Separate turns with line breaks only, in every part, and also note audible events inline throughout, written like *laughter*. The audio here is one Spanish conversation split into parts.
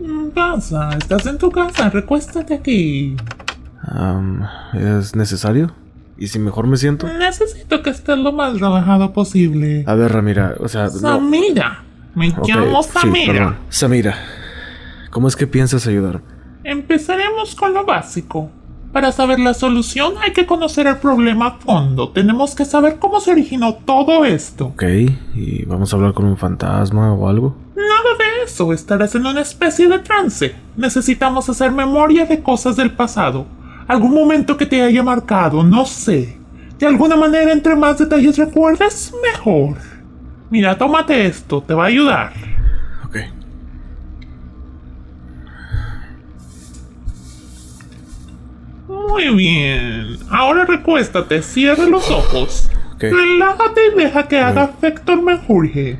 en casa, estás en tu casa, recuéstate aquí.
Am, ¿Es necesario? ¿Y si mejor me siento?
Necesito que estés lo más relajado posible.
A ver, Ramira, o sea, Ah, no.
Samira, me
Ok,
llamo
sí,
Samira.
perdón. Samira, ¿cómo es que piensas ayudarme?
Empezaremos con lo básico. Para saber la solución hay que conocer el problema a fondo. Tenemos que saber cómo se originó todo esto.
Ok, ¿y vamos a hablar con un fantasma o algo?
Nada de eso, estarás en una especie de trance. Necesitamos hacer memoria de cosas del pasado. Algún momento que te haya marcado, no sé. De alguna manera, entre más detalles recuerdes, mejor. Mira, tómate esto, te va a ayudar.
Ok.
Muy bien. Ahora recuéstate, cierra los ojos.
Ok.
Relájate y deja que haga efecto el menjurje.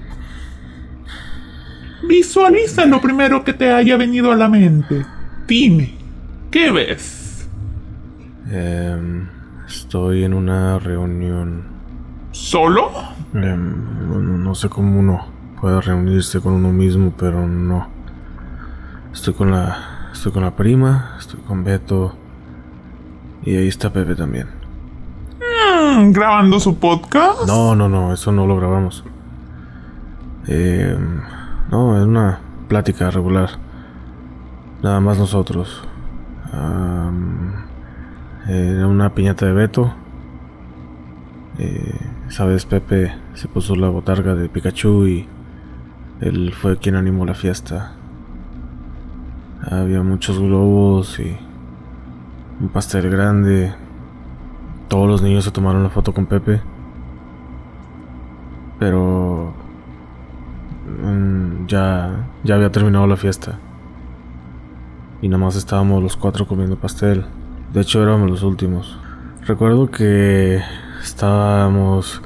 Visualiza lo primero que te haya venido a la mente. Dime, ¿qué ves?
Em, estoy en una reunión.
¿Solo?
Em, no, no- no sé cómo uno puede reunirse con uno mismo, pero no. Estoy con la, estoy con la prima, estoy con Beto y ahí está Pepe también.
Mm, ¿Grabando su podcast?
No, no, no, eso no lo grabamos. Em, no, es una plática regular. Nada más nosotros. Am, era una piñata de Beto. Eh, esa vez Pepe se puso la botarga de Pikachu y él fue quien animó la fiesta. Había muchos globos y un pastel grande. Todos los niños se tomaron la foto con Pepe. Pero mm, ya ya había terminado la fiesta. Y nada más estábamos los cuatro comiendo pastel. De hecho éramos los últimos. Recuerdo que estábamos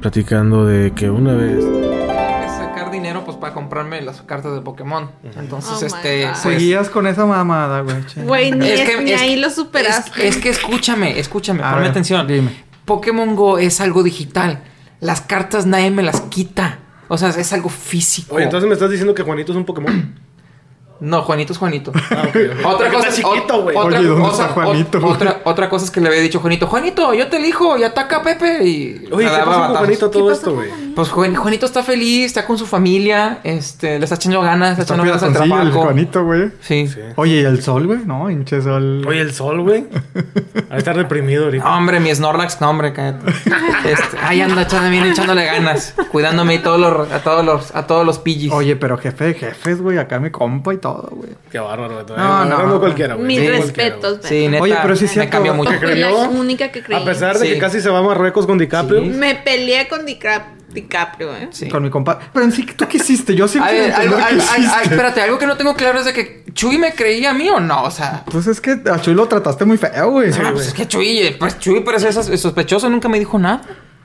platicando de que una vez
sacar dinero pues para comprarme las cartas de Pokémon. Entonces,
Oh my
este.
God.
pues,
Seguías con esa mamada, güey. che.
Güey, ni,
Es
es-
que-
ni
es-
ahí lo
es,
superaste.
es que escúchame, escúchame,
A
ponme
ver,
atención.
dime.
Pokémon Go es algo digital. Las cartas nadie me las quita. O sea, es algo físico.
Oye, entonces me estás diciendo que Juanito es un Pokémon. Ah,
No, Juanito es Juanito.
ok, ok.
Otra
Porque
cosa
está chiquito, güey.
otra
Oye, ¿dónde
cosa-
está Juanito,
o-
güey?
otra, otra cosa es que le había dicho Juanito, Juanito, yo te elijo y ataca a Pepe. Y
Oye,
la daba
¿qué pasó con
batazos.
Juanito todo
¿Qué
esto,
pasó
güey?
Pues Juan- Juanito está feliz, está con su familia, este, le está echando ganas, está
Está
echando ganas al
piratoncillo el
trabajo.
Juanito, güey.
Sí.
Oye, ¿y el sol, güey? No, hinche sol.
Oye, el sol, güey. Ahí está reprimido ahorita.
No, hombre, mi Snorlax, no, hombre,
*laughs*
cállate. Este, ahí anda echando, bien echándole ganas, cuidándome y todos los, a todos los, a todos los pillis.
Oye, pero jefe de jefes, güey. Acá mi compa y todo, güey.
Qué bárbaro, güey.
Ah.
No,
No, no,
no.
cualquiera, güey.
Mis
no cualquiera,
respetos, Beto.
sí, neta,
Oye, pero sí es
me
cierto.
cambió mucho.
Fui la única que creí.
güey. A pesar de
Sí.
que casi se va a Marruecos con DiCaprio.
Sí.
Me peleé con Dicra- DiCaprio, ¿eh?
Sí.
Con mi compa. Pero en sí, ¿tú qué hiciste? Yo
A
siempre
ver, algo,
qué
algo- algo-
hiciste.
espérate, algo que no tengo claro es de que Chuy me creía a mí o no, o sea.
Pues es que a Chuy lo trataste muy feo, güey.
ah, pues es que Chuy, eh, pues Chuy parece esas- sospechoso, nunca me dijo nada.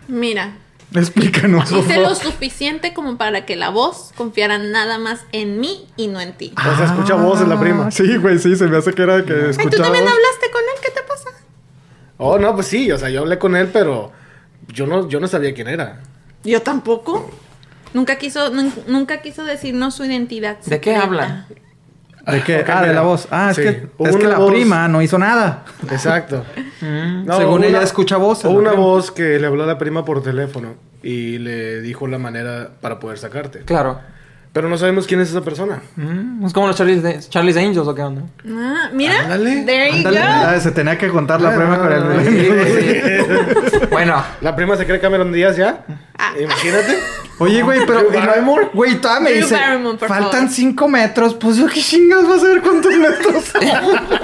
Mira,
Explícanos. Eh, por
hice
favor.
lo suficiente como para que la voz confiara nada más en mí y no en ti.
Ah,
O sea, escucha voces la prima.
Sí, güey, sí, se me hace que era que
Ah. Ay, tú
escuchaba.
también hablaste con él, ¿qué te pasa?
Oh, no, pues sí. O sea, yo hablé con él, pero yo no, yo no sabía quién era.
Yo tampoco. Nunca quiso, nun- nunca quiso decirnos su identidad.
¿De qué
secreta.
habla?
¿De qué?
Ok,
ah, de
mira.
la voz. Ah,
Sí.
es que,
Hubo
es que
una
la
voz-
prima no hizo nada.
Exacto.
Mm.
No,
Según
hubo
ella, escucha voces,
hubo
¿no?
una
Creo.
voz que le habló a la prima por teléfono y le dijo la manera para poder sacarte.
Claro.
Pero no sabemos quién es esa persona.
Mm, es como los Charlie's, de- Charlie's Angels o qué onda.
Ah, mira.
Ándale,
There you
Ándale,
go.
ah, se tenía que contar la
Ah,
prima con
no,
el.
Sí, pues, sí. *laughs* bueno,
La prima se cree Cameron Díaz ya.
Ah.
Imagínate.
Oye, güey, pero.
Drew
y no hay-
Barrymore.
Güey, todavía me
Drew
dice.
Barrymore, por
Faltan
favor".
5 metros. Pues yo qué chingas vas a ver cuántos metros. son, *laughs* güey?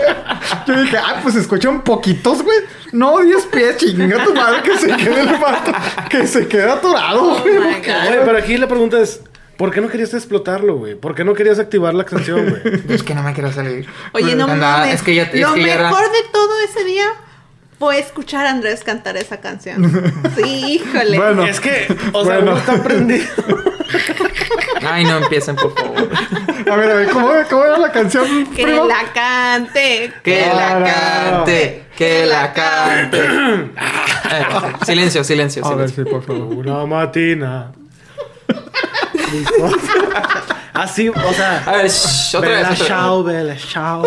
yo dije, ah, pues escuchan poquitos, güey. No, 10 pies, chinga tu madre que se quede el vato. Que se quede atorado, *laughs* güey.
Oh my God.
Oye, pero aquí la pregunta es: ¿por qué no querías explotarlo, güey? ¿Por qué no querías activar la extensión, güey?
es que no me quiero salir.
Oye, no
Andaba-
mames.
Es que ya, es
Lo
que ya era-
mejor de todo ese día fue escuchar a Andrés cantar esa canción. Sí, híjole.
Bueno.
Es que, o sea,
Bueno.
uno está prendido. *laughs*
Ay, no empiecen, por
*laughs*
favor.
A ver, a ver, ¿cómo, cómo era la canción?
que
primo?
la cante.
Que la
Claro.
cante, que la cante. Eh, silencio,
Pues
silencio,
A ver,
silencio.
sí, por favor.
Una matina.
Así, o sea.
A ver, shh, otra
Bella
vez. otra-
chao, bella chao.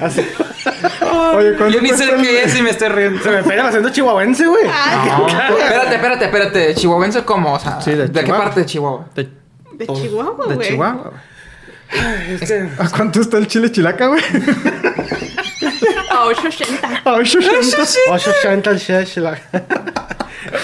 Así. Oye, ¿cuánto
Yo ni sé
cuesta el-
qué es y me estoy riendo.
Se me pega el acento chihuahuense, güey.
Ay,
No, espérate, espérate, espérate. ¿Chihuahuense cómo? O sea,
Sí, de
de, qué
Chihuahua.
parte de Chihuahua?
De,
de Chihuahua, güey.
de Chihuahua. güey. ¿A cuánto está el chile chilaca,
*laughs*
güey?
A 880.
A 880. 880 el chile chilaca.
*laughs*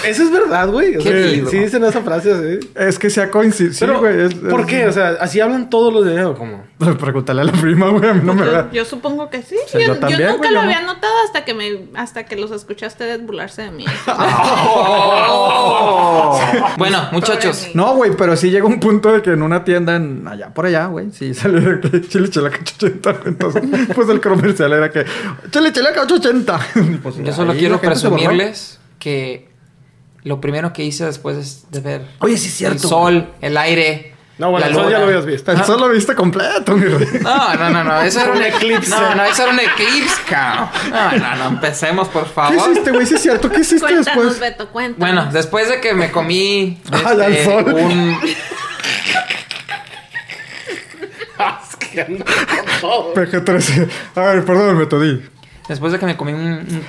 Eso es verdad, güey. O
Qué
sea,
libro.
sí dicen esa frase así.
Es que se ha coincidido. Sí,
Pero,
güey. es-
¿por
es-
qué? O sea, así hablan todos los de dedo, como.
*laughs* Pregúntale a la prima, güey. A mí no me
yo,
da.
yo supongo que sí.
sea,
yo,
yo
yo
también,
nunca
güey,
lo
yo no.
había notado hasta que me, hasta que los escuchaste burlarse de mí.
Oh. Bueno, muchachos.
Pobre mí.
No, güey, pero sí llega un punto de que en una tienda en allá por allá, güey, sí *laughs* sale de que chile chilaca 880. Entonces, pues el comercial era que chile chilaca 880. *laughs* Y pues,
Yo solo
ahí
quiero
la gente se borró.
presumirles que lo primero que hice después es de ver
Oye, sí es
el
cierto.
sol, el aire.
No, bueno,
la
el sol ya
luna.
lo habías visto.
El sol lo viste completo, mi rey.
No, no, no, no, eso era un
Un
eclipse.
eclipse.
No, no, eso era un eclipse, cabrón. No, no, no, empecemos, por
*laughs* ¿Qué
favor.
hiciste, güey? Sí es cierto. ¿Qué hiciste
Cuéntanos,
después?
Beto, cuéntanos.
Bueno, después de que me comí
Ah, la
este,
sol.
un
PG-13. A ver, perdón, me todí.
después de que me comí un,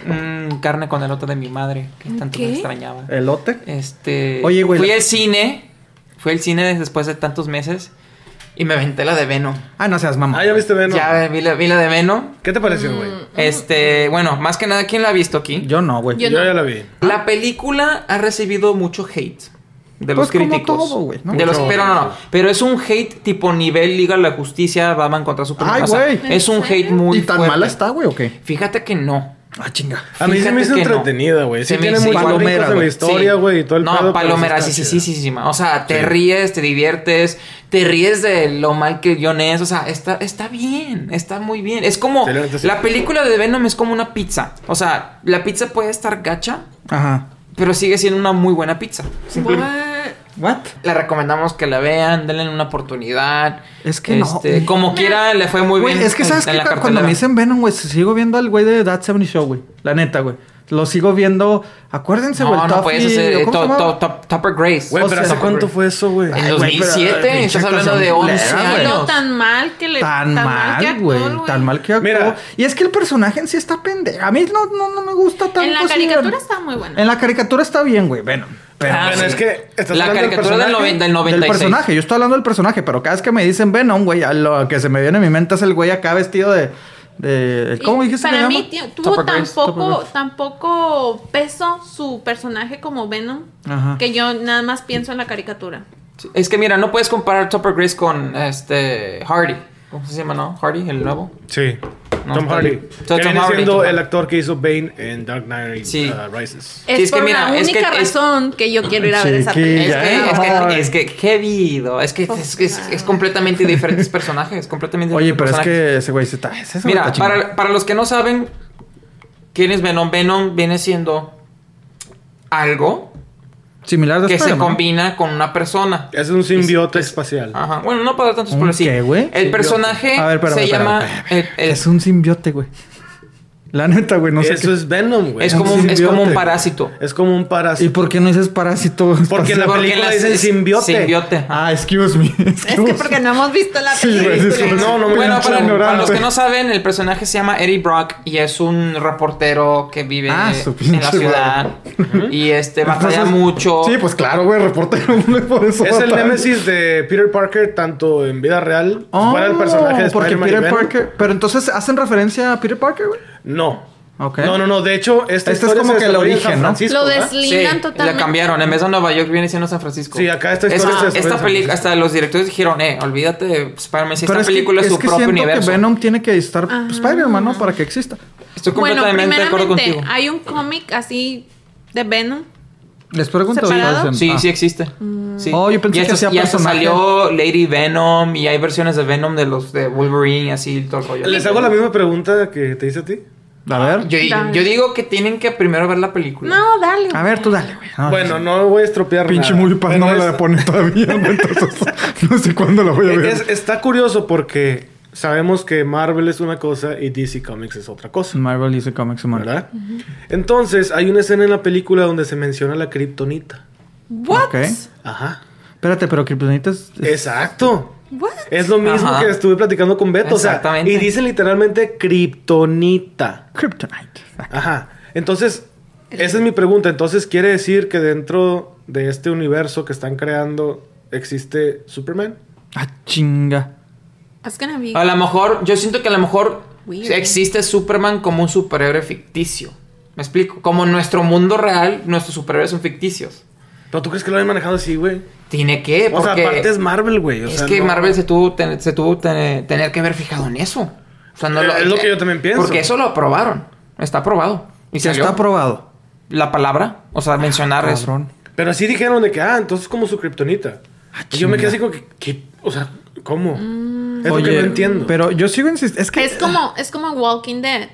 un- un carne con elote de mi madre, que tanto
¿Qué?
me extrañaba.
¿Elote?
Este,
Eh. Oye, güey,
fui
la-
al cine, fui al cine después de tantos meses y me aventé la de Venom.
Ah, no seas mamá.
Ah, ya viste, Venom.
Ya eh. vi la, vi la de Venom.
¿Qué te pareció, güey?
Este, bueno, más que nada, ¿quién la ha visto aquí?
Yo no, güey.
Yo
Yo
no.
ya la vi.
La película ha recibido mucho hate de los
Pues como
críticos.
todo, güey, ¿no?
De los,
Mucho.
pero no, no. Pero es un hate tipo nivel Liga de la Justicia, Batman contra Superman.
Ay,
O sea,
güey.
es un hate muy
¿Y tan
fuerte.
mala está, güey, o qué?
Fíjate que no.
Ah, chinga.
A mí sí
Fíjate
me hizo
que no.
entretenida, güey.
Se
Sí,
me
tiene
hizo
muchos
igual.
Palomera,
palomera, de
güey.
la historia,
Sí.
güey, y todo el
No,
pedo. pero
palomera, sí, sí,
está
sí,
chida.
sí, sí, ma. O sea, te ríes, te diviertes, te ríes de lo mal que el guión es. O sea, está, está bien, está muy bien. Es como,
Sí, la neta sí.
la película de Venom es como una pizza. O sea, la pizza puede estar gacha,
Ajá.
pero sigue siendo una muy buena pizza.
What?
¿What?
Le recomendamos que la vean, denle una oportunidad.
Es que no.
Este, Como quiera, le fue muy
Güey,
bien.
es que sabes
en
que
la
cuando
cartelera.
me dicen Venom, güey, sigo viendo al güey de That 70 Show, güey. La neta, güey. Lo sigo viendo. Acuérdense, güey.
No,
el
no
Tuffy,
puedes hacer. eh,
¿cómo se
to-
llama?
to- to- Topper Grace.
Güey,
O sea,
pero ¿hace
por-
cuánto fue eso, güey?
En
Ay, güey, pero, eh,
2007,
pinche
estás hablando de
actuación
11
culera, güey.
años.
No tan mal que le
Tan, mal,
que actuó,
güey. Tan mal que actuó.
Mira.
Y es que el personaje en sí está pendejo. A mí no, no, no me gusta tanto.
En la
sí,
caricatura
en-
está muy buena.
En la caricatura está bien, güey. Venom. Pero
Ah,
Bueno,
sí.
es que estás
La
hablando del
caricatura del,
personaje,
noven- del 96.
Del personaje, yo estoy hablando del personaje, pero cada vez que me dicen Venom, güey, a lo que se me viene a mi mente es el güey acá vestido de. de
Y
¿Cómo dijiste que
Para
se
mí
llama?
tío,
Topper
tuvo
Grace, Topper
tampoco,
Grace.
tampoco peso su personaje como Venom.
Ajá.
Que yo nada más pienso en la caricatura.
Sí, Es que mira, no puedes comparar Topper Grace con este Hardy. ¿Cómo se llama, no? Hardy, el nuevo.
Sí.
No,
Tom
está
Hardy.
bien. So,
que
Tom
viene
Hardy,
siendo
Tom Hardy.
el actor que hizo Bane en Dark Knight
Sí.
uh, Rises.
Es,
Sí, es que
por
mira,
la
es que-
única
es-
razón que yo quiero ir a ver esa
Chiquilla,
película.
Es que,
Ya, ¿eh?
es que,
Ay.
es que, qué vido. Es que es, es- es completamente diferentes
*laughs*
personajes. Es completamente
Oye, pero es
personajes.
que ese güey se está. ese güey
Mira,
está chingón.
para, para los que no saben quién es Venom, Venom viene siendo algo
Similar de
que se
Spider-Man.
combina con una persona.
Es un simbiote espacial.
Ajá. Bueno, no para tantos
¿Un
por sí.
qué, güey?
El
Simbionte.
personaje
A ver, espérame,
se
espérame,
llama.
espérame, espérame.
el- el-
Es un simbiote, güey. La neta, güey, no sé.
Eso
qué-
es Venom, güey.
Es como un- es
simbiote,
como un
güey.
parásito.
Es como un
¿Y
parásito.
por qué no dices parásito?
Porque la
porque
película
las-
dice
es-
simbiote.
Simbiote.
Ah, excuse me.
Es que porque no hemos visto la
Sí, güey,
película.
es que
No, no,
pinche
Bueno, para, para los
ignorante.
que no saben, el personaje se llama Eddie Brock y es un reportero que vive
Ah, su
en la
pinche
ciudad. Y este batalla
Entonces-
mucho.
Sí, pues claro, güey, reportero, *laughs* güey, por eso.
Es el
batalla.
némesis de Peter Parker tanto en vida real
Oh,
para el personaje de
porque
Spider-Man y
Peter
Venom.
Parker. Pero entonces hacen referencia a Peter Parker, güey.
No.
Ok.
No, no, no. De hecho, esta
Este es
historia
como
se
que el
desarrolla en
origen,
San
¿no?
Francisco,
Lo
¿verdad?
Sí,
deslindan totalmente.
la cambiaron. En vez de Nueva York viene siendo San Francisco.
Sí, acá esta historia
Esta,
se desarrolla
esta
en San
peli-
Francisco.
hasta los directores dijeron, eh, olvídate de Spider-Man. Si esta
es que-
película es,
es
su
que
propio
siento
universo.
que Venom tiene que estar pues,
Ah.
Spider-Man, ¿no? Para que exista.
Estoy
Bueno,
completamente de acuerdo contigo.
primeramente, hay un cómic así de Venom.
Les pregunto.
¿Separado?
¿verdad?
Sí,
Ah.
sí existe.
Mm.
Sí.
Oh, yo pensé
y
que hacía
y hasta
personaje.
salió Lady Venom y hay versiones de Venom de los de Wolverine y así todo el rollo.
Les hago la misma pregunta que te hice a ti.
Ah, A ver.
Ah, Yo,
Dale.
yo digo que tienen que primero ver la película.
No, dale. güey.
A ver, tú dale, güey. Ah,
Bueno, no voy a estropear
Pinche
nada,
movie pass
pero
no me la
es- e-
pone todavía. güey,
*laughs*
Entonces, no sé cuándo la voy a ver.
es- Está curioso porque sabemos que Marvel es una cosa y DC Comics es otra cosa.
Marvel hizo Comics Humana.
¿Verdad? Entonces, hay una escena en la película donde se menciona la kriptonita.
What?
Ok.
Ajá.
Espérate, pero Kryptonita es.
Eh.
es-
Exacto.
What?
Es lo mismo
Ajá.
que estuve platicando con Beto.
Exactamente.
O sea, y dice literalmente kriptonita.
Kryptonite.
Ajá. Entonces, esa es mi pregunta. Entonces, ¿quiere decir que dentro de este universo que están creando existe Superman?
Ah, chinga.
That's gonna be.
A lo mejor, yo siento que a lo mejor
Weird.
existe Superman como un superhéroe ficticio. ¿Me explico? Como en nuestro mundo real, nuestros superhéroes son ficticios.
¿Pero tú crees que lo han manejado así, güey?
Tiene que,
O sea,
porque
aparte es Marvel, güey. o
es
sea,
que
no-
Marvel se tuvo, ten- se tuvo ten- tener que haber fijado en eso. O sea, no
Eh, es lo que yo también pienso.
Porque eso lo aprobaron. Está aprobado. Y
Ya
salió
está aprobado.
la palabra, o sea, mencionar eso.
Cabrón.
Ah,
Ah,
Pero así dijeron de que, ah, entonces como su kriptonita. Y yo me quedé así como que, ¿qué? o sea, ¿cómo? Es lo que no entiendo.
Pero yo sigo insistiendo. Es que.
Es como, es como Walking Dead.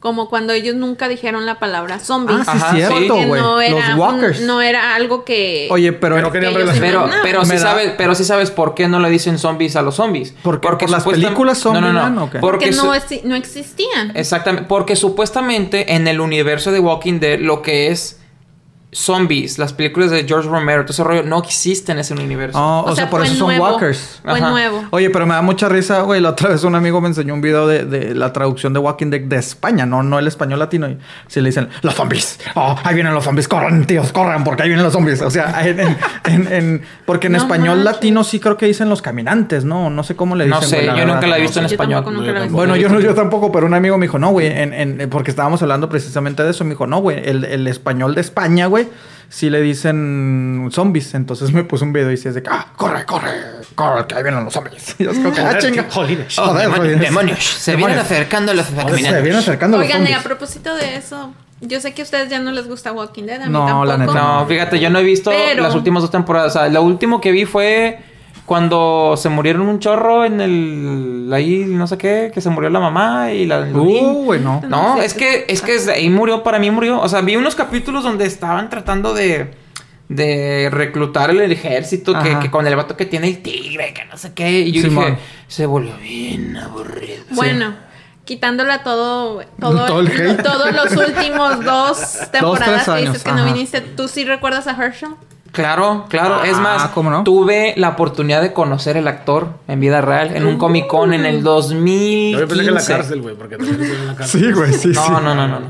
Como cuando ellos nunca dijeron la palabra zombie.
Ah, sí,
Ajá, sí.
cierto,
Porque
güey.
no era,
Los
un-
walkers.
no era algo que.
Oye, pero.
Pero que-
que
Tenían
ellos
relación.
Pero,
inventaron.
pero,
Me
sí
da-
sabes, pero sí sabes por qué no le dicen zombies a los zombies.
¿Por qué? ¿Por las
supuestam-
películas zombie
No, no,
man
no.
o qué?
porque
Porque
no,
su-
exi- no existían.
Exactamente, porque supuestamente en el universo de Walking Dead lo que es zombies, las películas de George Romero, todo ese rollo no existe en ese universo.
Oh, o, sea, por
fue
eso son
nuevo.
walkers.
Fue
Ajá.
nuevo.
Oye, pero me da mucha risa, güey. La otra vez un amigo me enseñó un video de, de la traducción de Walking Dead de España, no, no el español latino. Y se le dicen, los zombies. Oh, ahí vienen los zombies. Corran, tíos, corran, porque ahí vienen los zombies. O sea, en- en- en- en- porque en
No
español
manches.
latino sí creo que dicen los caminantes, ¿no? No sé cómo le dicen.
no sé, yo
güey, la verdad.
nunca la he visto en
Yo
español.
tampoco nunca la he visto.
Bueno, yo no, yo tampoco, pero un amigo me dijo, no, güey, en, en- porque estábamos hablando precisamente de eso. Me dijo, no, güey, el, el español de España, güey, sí le dicen zombies. Entonces me puso un video y decía, de que, ah, corre, corre, corre, que ahí vienen los zombies. *laughs* Y yo así como que, ah,
Joder,
chinga.
qué- jolines.
Oh,
Joder,
demonios,
jolines.
demonios, se
Demonios.
vienen acercando los
Joder, Se
caminantes.
vienen acercando los
Oigan, y a
zombies.
propósito de eso, yo sé que a ustedes ya no les gusta Walking Dead, a mí
No,
tampoco.
la neta,
No, fíjate, yo no he visto
Pero-
las últimas dos temporadas. O sea, lo último que vi fue cuando se murieron un chorro en el ahí no sé qué, que se murió la mamá y la
Uh, güey, no.
No, es que, es que desde ahí murió, para mí murió. O sea, vi unos capítulos donde estaban tratando de, de reclutar el ejército que,
Ajá.
que con el vato que tiene el tigre, que no sé qué. Y yo
Simón.
dije, se volvió bien aburrido.
Bueno, quitándola todo, todo,
*laughs* Todo el hate.
todos los últimos dos temporadas
tres
que
años,
dices que no
ajá.
viniste, ¿tú sí recuerdas a Herschel?
Claro, claro. es
Ah,
más,
¿cómo no?
tuve la oportunidad de conocer el actor en vida real en un Comic Con en el 2015.
Yo pensé que en la cárcel, güey, porque también estuve en la cárcel.
Sí, güey, sí,
no,
sí.
no, no, no. no.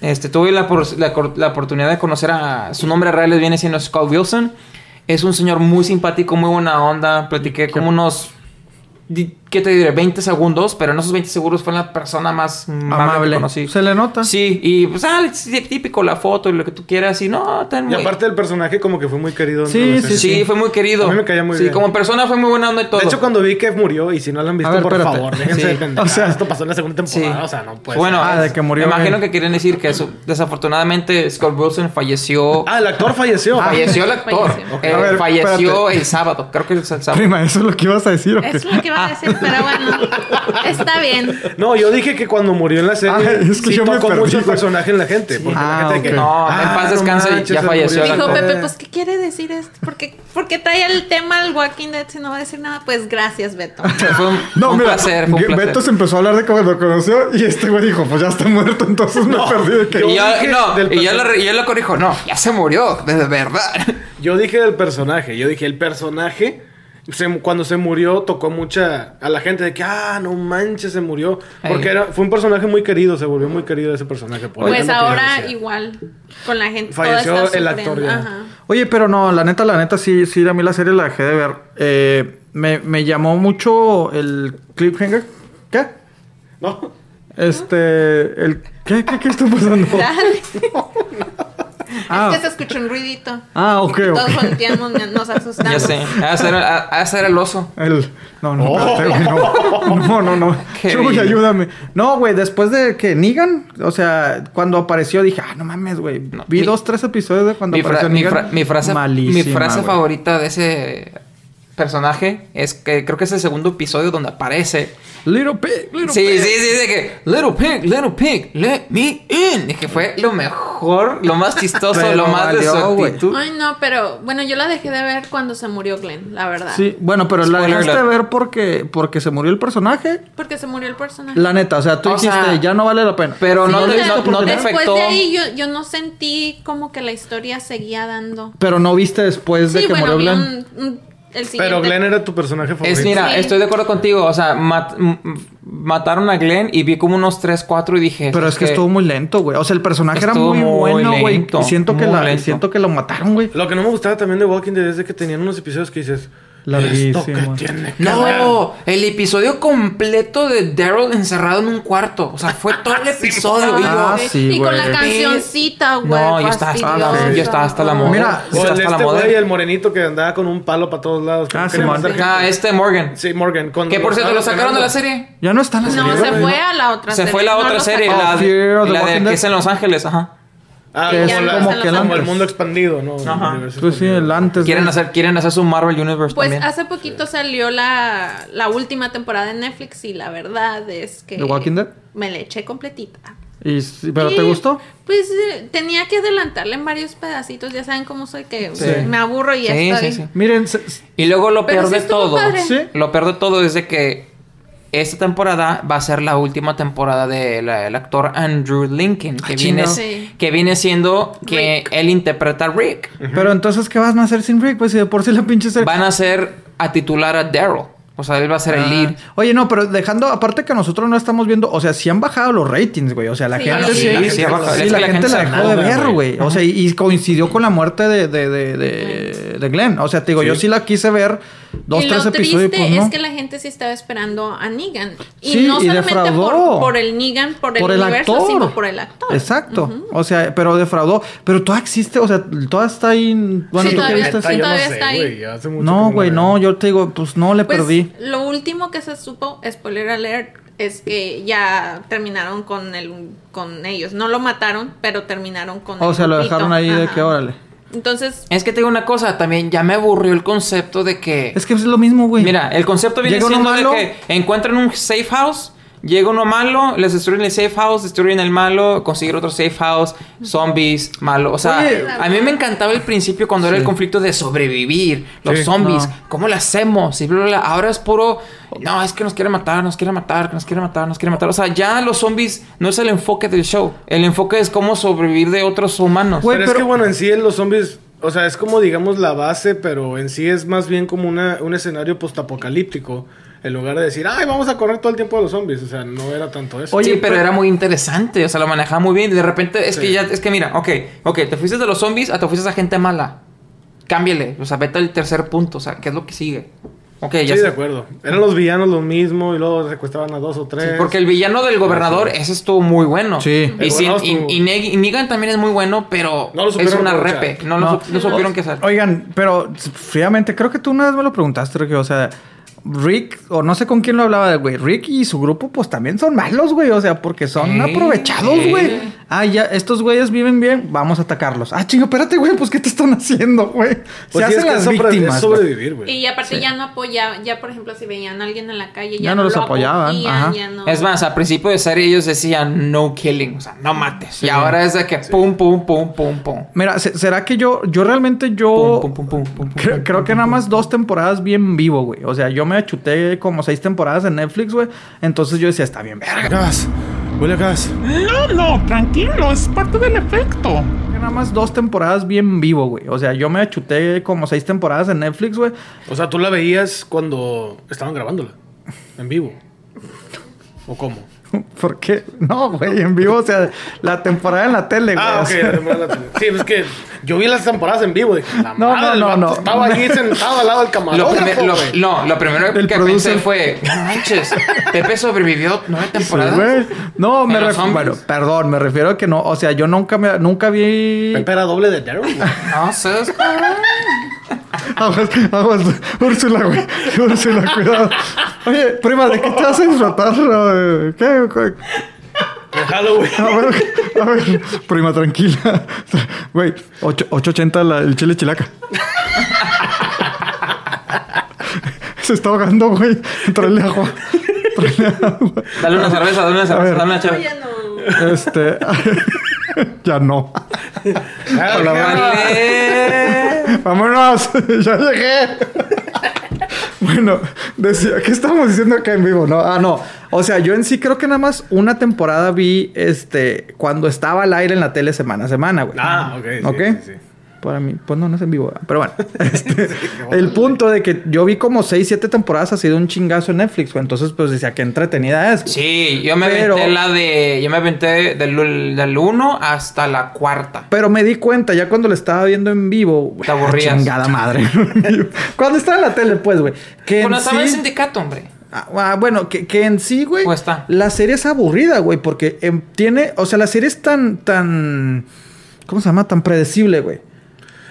Este, tuve la, por- la cor- la oportunidad de conocer a... Su nombre real viene siendo Scott Wilson. Es un señor muy simpático, muy buena onda. Platiqué como unos... di- ¿Qué te diré? 20 segundos, pero en esos 20 segundos fue la persona más amable, que
Amable.
conocí.
Se le nota.
Sí, y pues, ah, es típico la foto y lo que tú quieras. Y no, tan
Y
muy...
aparte el personaje como que fue muy querido.
Sí,
dentro de la
Sí,
sí,
serie.
sí, fue muy querido.
A mí me caía muy
sí,
bien.
como persona fue muy buena onda y todo.
De hecho, cuando vi que murió, y si no lo han visto,
A ver,
por
espérate.
favor, déjense
Sí.
de pendejadas.
O sea,
esto pasó en la segunda
Sí.
temporada, o sea, no puede
Bueno,
ser.
Ah,
es-
de que murió,
me imagino
eh.
que quieren decir que eso, desafortunadamente Scott Wilson falleció.
Ah, el actor falleció.
falleció el actor.
Falleció.
Eh,
A ver,
falleció
espérate.
el sábado. Creo que es el sábado.
Prima, ¿eso es lo que ibas a decir o qué?
Es lo que iba a decir, pero bueno, está bien.
No, yo dije que cuando murió en la serie,
Ah, es que
sí
yo me
tocó
perdí,
mucho el
güey.
personaje en la gente. Porque
Ah,
la gente de que, "Ah,
ok.
No, en paz descanse, ya
se
falleció el
murió.
Dijo
actor.
Pepe, pues, ¿qué quiere decir esto? ¿Por qué, por qué trae el tema al Walking Dead si no va a decir nada? Pues gracias, Beto.
Fue un,
*laughs* No,
un
mira,
placer, fue un placer.
Beto se empezó a hablar de cómo lo conoció y este güey dijo, pues ya está muerto, entonces me perdí de que...
Y yo,
dije
no,
del
y yo lo, re- y yo lo corrijo, no, ya se murió, de verdad.
Yo dije del personaje, yo dije el personaje. se- cuando se murió, tocó mucha a la gente de que, ah, no manches, se murió. Porque
Ey.
era, fue un personaje muy querido, se volvió muy querido ese personaje. por
Pues
eso es lo que yo
ahora
decía.
igual, con la gente. toda
Falleció
está
el actor
sufriendo.
ya.
Ajá.
Oye, pero no, la neta, la neta, sí, sí, a mí la serie la dejé de ver. Eh, me, me llamó mucho el cliffhanger. ¿Qué?
No,
Este, el... ¿Qué, qué, qué
*laughs*
está pasando? *laughs*
Dale.
Ah,
Es que se escuchó un ruidito.
ah ok,
Todos
ok.
volteamos, nos asustamos.
Ya sé, ha de ser- ha ha de ser el oso.
El... No, no, espérate, güey, no, no,
*laughs*
no, no.
Qué
Chuy,
bien.
ayúdame. No, güey, después de que Negan, o sea, cuando apareció dije, ah, no mames, güey.
No,
Vi
mi-
dos, tres episodios de cuando
mi, fra-
apareció
mi
Negan.
fra- mi frase, mi
Malísima,
frase
güey.
favorita de ese personaje es que creo que es el segundo episodio donde aparece.
Little Pig, Little
Sí,
Pig.
sí, sí, de que Little Pig, Little Pig, let me in. Y que fue lo mejor. mejor, lo más chistoso,
Pero
lo más de su
valió, güey.
actitud.
Ay, no, pero bueno, yo la dejé de ver cuando se murió Glenn, la verdad.
Sí, bueno, pero la
Ah. Spoiler
dejaste
alert.
ver porque, porque se murió el personaje.
Porque se murió el personaje.
La neta, o sea, tú
O
dijiste,
sea,
ya no vale la pena.
pero
Si
no
le
te-
diste
no- no te
oportunidad-
afecta.
Después
afectó.
de ahí yo, yo no sentí como que la historia seguía dando.
Pero no viste después de
Sí,
que
bueno,
murió
vi
Glenn.
un- un- el siguiente.
Pero Glenn era tu personaje favorito.
Es, mira,
Sí.
estoy de acuerdo contigo. O sea, mat- m- m- mataron a Glenn y vi como unos 3, 4 y dije. "Este,
Pero es que
Este,
estuvo muy lento, güey. O sea, el personaje era
Estuvo
muy,
muy
bueno, güey.
lento,
Siento que
muy
la,
lento.
siento que lo mataron, güey.
Lo que no me gustaba también de Walking Dead es de que tenían unos episodios que dices.
Larguísimo.
¿Esto qué tiene que ver?"
No, el episodio completo de Daryl encerrado en un cuarto. O sea, fue todo
*laughs*
el episodio. y yo,
Ah, sí,
y con
güey.
la cancioncita, güey.
No, yo estaba hasta la-
fastidiosa.
yo estaba hasta la moda.
Mira,
O
Pues Hasta
el de
la
este
moda.
güey, el morenito que andaba con un palo para todos lados. que
Ah,
no quería
Simón.
matar gente.
Ah, este Morgan.
Sí, Morgan. cuando
Que por cierto, lo
estaban
sacaron de la
estrenando.
serie.
Ya no está en la
No,
serie,
se
güey.
fue a la otra
Se
serie.
fue la
no
otra
lo
serie,
sacó.
la,
Oh, Fear of the
la de
Walking
que
Dead.
es en Los Ángeles, ajá.
Ah,
Que
como,
es
la-
como que el
como el
antes.
mundo expandido, ¿no?
Ajá.
El universo
Tú Pues sí,
expandido.
el antes.
Quieren
güey.
hacer, quieren hacer su Marvel Universe
Pues
también.
hace poquito salió la, la última temporada de Netflix y la verdad es que...
¿The Walking Dead?
Me la eché completita.
Y sí, ¿Pero
Y,
te gustó?
Pues eh, tenía que adelantarle en varios pedacitos, ya saben cómo soy que
Sí.
me aburro y
Sí,
ya estoy.
sí, sí.
Miren, se- se-
Y luego lo
Pero
peor
sí
de
estuvo
todo,
padre.
Sí.
lo peor de todo es de que esta temporada va a ser la última temporada del actor Andrew Lincoln, que,
Ah,
viene,
chinga.
Sí.
que viene siendo que
Rick.
él interpreta a Rick.
pero entonces, ¿qué van a hacer sin Rick? Pues si de por sí la pinche serie.
Van a ser a titular a Daryl. O sea, él va a ser
Ah.
el lead.
Oye, no, pero dejando, aparte que nosotros no estamos viendo, o sea, sí han bajado los ratings, güey. O sea, la
Sí.
gente
Ah, sí,
sí,
la
sí,
gente
la
ha bajado.
gente
Es que
la
la gente se
dejó de
enoja,
ver,
güey.
güey. O sea, y, y coincidió con la muerte de, de, de, de, de Glenn. O sea, te digo, yo sí la quise ver dos,
y
tres
lo triste
episodios, pues no.
es que la gente sí estaba esperando a Negan. Y
Sí,
no
y
solamente
defraudó.
por, por el Negan, por el, universo, sino por el actor.
Exacto. O sea, pero defraudó. Pero toda existe, o sea, toda está ahí. Bueno,
Sí,
¿tú qué
todavía-
viste?
sí,
Neta, yo
todavía
no sé,
está ahí.
güey, hace mucho que
No,
la
güey,
veo.
no, yo te digo, pues no le
Pues
perdí.
lo último que se supo, spoiler alert, es que ya terminaron con el con ellos. No lo mataron, pero terminaron con
O
el
sea, lo
grupito.
dejaron ahí de
Ajá.
que órale.
Entonces,
Es que te digo una cosa, también ya me aburrió el concepto de que...
Es que es lo mismo, güey.
Mira, el concepto viene
Llega uno
siendo
malo.
de que encuentran un safe house, llega uno malo, les destruyen el safe house, destruyen el malo, consiguen otro safe house, zombies, malo. O sea,
Oye.
a mí me encantaba el principio cuando era el conflicto de sobrevivir, los
Sí.
zombies,
No.
¿cómo lo hacemos? Y bla, bla, bla. Ahora es puro, no, es que nos quieren matar, nos quieren matar, nos quieren matar, nos quieren matar. O sea, ya los zombies no es el enfoque del show, el enfoque es cómo sobrevivir de otros humanos.
Güey,
pero, es
pero-
que bueno, en sí en los zombies, o sea, es como digamos la base, pero en sí es más bien como una, un escenario postapocalíptico. En lugar de decir, ay, vamos a correr todo el tiempo de los zombies. O sea, no era tanto eso.
Oye,
sí, pero,
pero-
era muy interesante, o sea, lo manejaba muy bien. De repente, es que ya, es que mira, ok, ok, te fuiste de los zombies a te fuiste a gente mala. Cámbiale, o sea, vete al tercer punto, o sea, ¿qué es lo que sigue? Ok, ya
sí,
sé.
de acuerdo. Eran los villanos lo mismo y luego secuestraban a dos o
Sí,
tres.
porque el villano del gobernador, ese estuvo muy bueno.
Sí.
Y,
El
sin-
gobernador
y-
estuvo-
y Neg- y Negan también es muy bueno, pero
No lo
es
supieron
una
aprovechar.
repe. No, lo
No.
sup- no supieron qué hacer.
Oigan, pero fríamente, creo que tú una vez me lo preguntaste, Ricky. O sea, Rick, o no sé con quién lo hablaba, güey. Rick y su grupo, pues también son malos, güey. O sea, porque son
Sí,
aprovechados,
sí.
güey. Ah, ya, estos güeyes viven bien, vamos a atacarlos. Ah, chingo, espérate, güey, pues ¿qué te están haciendo, güey? Se
Pues sí,
hacen
es que
las
es sobre-
víctimas.
es
güey.
sobrevivir, güey.
y aparte ya no apoyaban, ya por ejemplo, si veían a alguien en la calle, ya,
Ya no los
lo
apoyaban,
acogían,
ajá.
ya no-
Es más, al principio de serie ellos decían no killing, o sea, no mates. Y ahora es de que pum, pum, pum, pum, pum.
Mira, se- ¿será que yo, yo realmente yo...
Pum, pum, pum, pum, pum, pum,
Creo,
pum,
creo
pum,
que
pum,
nada
pum.
más dos temporadas bien vivo, güey. O sea, yo me chuté como seis temporadas en Netflix, güey. Entonces yo decía, está bien, verga.
Gas, huele a gas.
No, no, tranquilo, es parte del efecto.
Que Nada más dos temporadas bien vivo, güey. O sea, yo me chuté como seis temporadas en Netflix, güey. *laughs*
O sea, tú la veías cuando estaban grabándola. En vivo. ¿O cómo?
¿Por qué? No, güey, en vivo, o sea, la temporada en la tele, güey.
Ah,
O
ok.
sea,
la temporada de la tele. Sí, es que yo vi las temporadas en vivo. Dije, la
No, no,
madre, el
no,
vato
no.
Estaba ahí sentado al lado del
Lo
camarógrafo.
primer- lo-
güey.
no, lo primero
El
que
producer.
pensé fue, no manches, Pepe sobrevivió nueve temporadas.
güey. No, me
En los
refiero.
hombres.
Bueno, perdón, me refiero a que no. O sea, yo nunca me nunca vi.
Pepe era doble de Daryl. güey.
No, seas-
Aguas, aguas, Úrsula, güey. Úrsula, cuidado. Oye, prima, ¿de qué te vas a disfrutar? ¿Qué? ¿Qué?
En Halloween.
A ver, a ver, prima, tranquila. Güey, ocho- 880 la- el chile chilaca. Se está ahogando, güey. Tráele agua. Tráele agua.
Dale una cerveza, dale una cerveza,
ver.
dale una
No,
chave.
ya no.
Este. *laughs*
ya no.
Vale.
*laughs*
Vámonos, ya llegué. bueno, decía, ¿qué estamos diciendo acá en vivo? No, ah, no.
O sea, yo en sí creo que nada más una temporada vi este cuando estaba al aire en la tele semana a semana, güey.
Ah, ok. sí,
¿Ok?
sí, sí.
Para mí, pues no, no es en vivo, ¿verdad? pero
*laughs*
bueno. Este, el punto de que yo vi como 6, 7 temporadas así de un chingazo en Netflix, güey. Entonces, pues decía, qué entretenida es. güey.
Sí, yo me
Pero-
aventé la de. Yo me aventé del, del 1 hasta la cuarta.
Pero me di cuenta ya cuando lo estaba viendo en vivo. güey,
Te aburrías.
Chingada madre. *laughs* cuando estaba en la tele, pues, güey. Que
Cuando
en
estaba en el
sí-
sindicato, hombre.
Ah, ah, bueno, que, que en sí, güey.
Pues está.
La serie es aburrida, güey, porque em, tiene. O sea, la serie es tan. tan ¿Cómo se llama? Tan predecible, güey.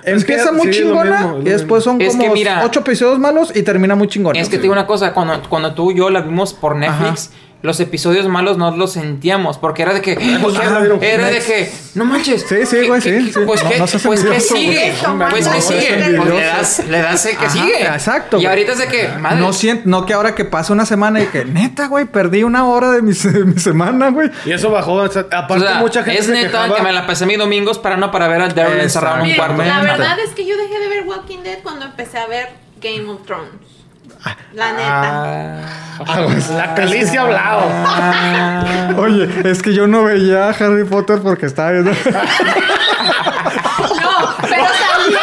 es que
Empieza
ya-
muy
sí, es lo
chingona
mismo, es lo
y después son
mismo. Es que
como
mira-
ocho episodios malos y termina muy chingona.
Es que te digo una cosa, cuando, cuando tú y yo la vimos por Netflix, los episodios malos no los sentíamos, porque era de que.
la vieron
era de
Netflix.
que. No manches.
Sí, sí,
¿qué-
güey,
qué-
sí,
qué-
sí.
Pues
No,
que
no seas
pues que
envidioso,
sigue. Pues
güey. No
que
seas
sigue. Pues le
envidioso.
das, le das el que
Ajá,
sigue.
exacto,
Y
güey.
ahorita es de que. Madre.
No siento, no que ahora que pasa una semana y que *laughs* neta, güey, perdí una hora de mi, se- de mi semana, güey.
Y eso bajó. o sea,
O
aparte,
sea,
mucha gente.
es
se
neta
quejaba.
que me la pasé mis domingos para no para ver a Daryl encerrado en un
Miren,
cuarto.
la
Exactamente.
verdad es que yo dejé de ver Walking Dead cuando empecé a ver Game of Thrones. La neta.
Ah,
La calicia hablado.
Oye, es que yo no veía Harry Potter porque estaba
*laughs*
viendo.
No, pero también.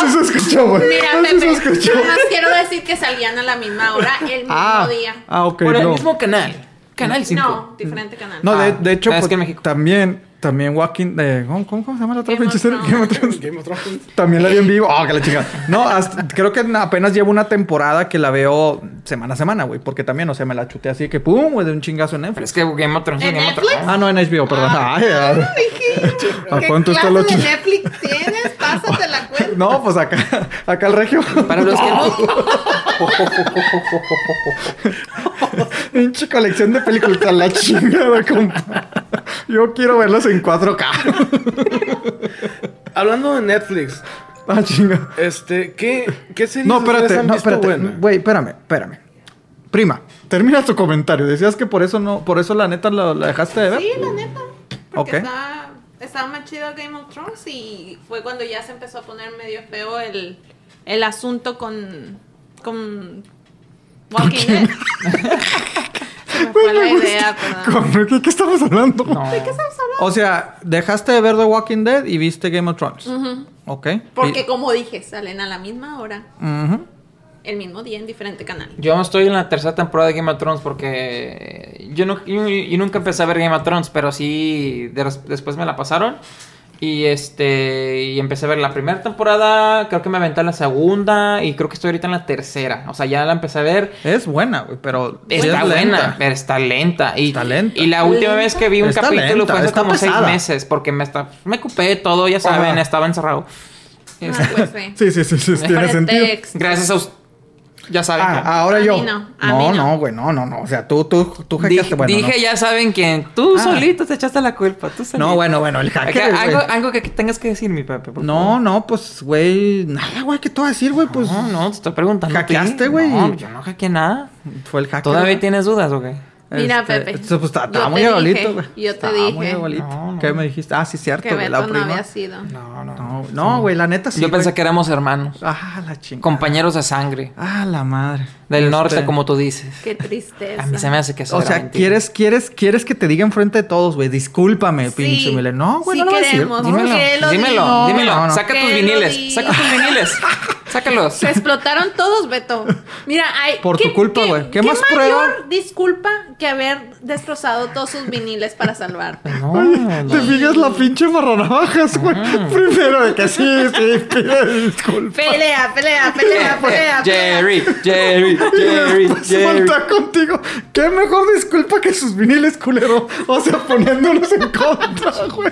Así se escuchó, güey.
Mira,
Así se
Pepe,
escuchó.
nada más quiero decir que salían a la misma hora el mismo
Ah,
día.
ah, ok.
Por el
no.
mismo canal. Canal 5.
No, diferente canal.
No, de,
Ah,
de hecho,
es
pues,
que en México.
también, también Walking. eh, ¿cómo, cómo, cómo se llama la otra
Game
pinche
of
serie?
Thrones.
Game of Thrones. También la vi en vivo. Ah, que la chingada. No, hasta- creo que apenas llevo una temporada que la veo semana a semana, güey. Porque también, o sea, me la chuté así que pum, güey, de un chingazo en
Pero es
Netflix.
que Game of Thrones es
¿En
Game of Thrones.
Netflix?
Ah, no, en HBO, perdón. Ay, ay.
¿A
¿A cuánto está
clase
la
de
ch-
Netflix tienes? Pásate la cuenta.
No, pues acá, acá el regio.
Para
*laughs*
los que no.
Pinche colección de películas a la chingada, compa. Yo quiero verlas en 4K.
Hablando de Netflix,
Ah, chinga.
este, ¿qué, qué series
No,
ustedes
espérate,
han
no,
visto
espérate.
buenas?
Güey, espérame, espérame. Prima,
Termina tu comentario. Decías
decías que por eso no, por eso la neta la, la dejaste de ver.
Sí, la neta. Porque
Ok.
estaba, estaba más chido Game of Thrones y fue cuando ya se empezó a poner medio feo el, el asunto con, con Walking Dead. se me fue la
pues,
idea, perdón.
¿Con ¿Qué, qué estamos hablando?
¿De qué estamos hablando?
O sea, dejaste de ver The Walking Dead y viste Game of Thrones. Ok.
Porque
Y-
como dije, salen a la misma hora,
Ujú.
el mismo día en diferente canal.
Yo estoy en la tercera temporada de Game of Thrones porque yo, no, yo, yo nunca empecé a ver Game of Thrones, pero sí de res- después me la pasaron. Y este y empecé a ver la primera temporada, creo que me aventé la segunda y creo que estoy ahorita en la tercera. O sea, ya la empecé a ver.
Es buena, güey, pero. sí
Está
Pues es
buena,
lenta.
pero está lenta. Y,
Está lenta.
Y la última
¿Lenta?
vez que vi un
Está
capítulo
lenta,
fue hace
está
como
pesada.
seis meses porque me, está, me ocupé todo, ya saben,
Ajá.
estaba encerrado.
Ah, pues sí.
Sí, sí, sí, sí, tiene sentido.
Pretexto.
Gracias a usted. Ya saben.
Ah,
que-
ahora
A
yo.
mí no, a mí
no,
no.
no, güey, no, no, no. O sea, tú, tú, tú
Dije,
hackeaste, bueno,
dije,
no.
ya saben quién. Tú
Ah.
solito te echaste la culpa. Tú solito.
No, bueno, bueno, el
Acá,
hacker,
algo,
güey.
algo que tengas que decir, mi Pepe. por
No,
favor.
no, pues, güey, nada, güey, ¿qué te voy a decir, güey? Pues
No, no, te estoy preguntando. a ti.
hackeaste, güey.
No, yo no hackeé nada.
fue el hacker.
¿Todavía
güey.
tienes dudas o qué?
Mira,
Este,
Pepe.
esto, pues, está-
yo
estaba
te
muy
dije,
abuelito, güey.
Yo te
Estaba muy
dije
abuelito.
No, no.
¿Qué me dijiste? Ah, sí, cierto,
que
güey, la
Beto no
prima.
había sido.
No,
No, no, güey, la neta sí.
yo pensé
güey.
que éramos hermanos.
Ah, la chingada.
Compañeros de sangre.
Ah, la madre.
Del
Este,
norte, como tú dices.
Qué tristeza.
A mí se me hace que eso
O
era
sea,
mentira.
quieres, quieres, quieres que te diga enfrente de todos, güey. Discúlpame,
Sí,
pinche Miller. No,
sí
güey, no lo voy a decir.
queremos.
No,
Dímelo,
Que lo
dímelo,
diga.
dímelo.
No, no.
Saca
Que
tus
lo
viniles.
diga.
Saca tus viniles. Sácalos.
*laughs* Se explotaron todos, Beto. Mira, hay.
Por tu culpa, güey. ¿Qué más
mayor
prueba?
disculpa que haber destrozado todos sus viniles para salvarte?
No,
Te
no.
fijas la pinche marranabajas, güey. Primero de que sí, sí, pide
*laughs*
disculpas.
Pelea, pelea, pelea, pelea.
Eh, Jerry, *laughs* Jerry,
Y
Jerry,
después
Jerry.
voltea contigo. Qué mejor disculpa que sus viniles, culero. O sea, poniéndolos en contra, güey.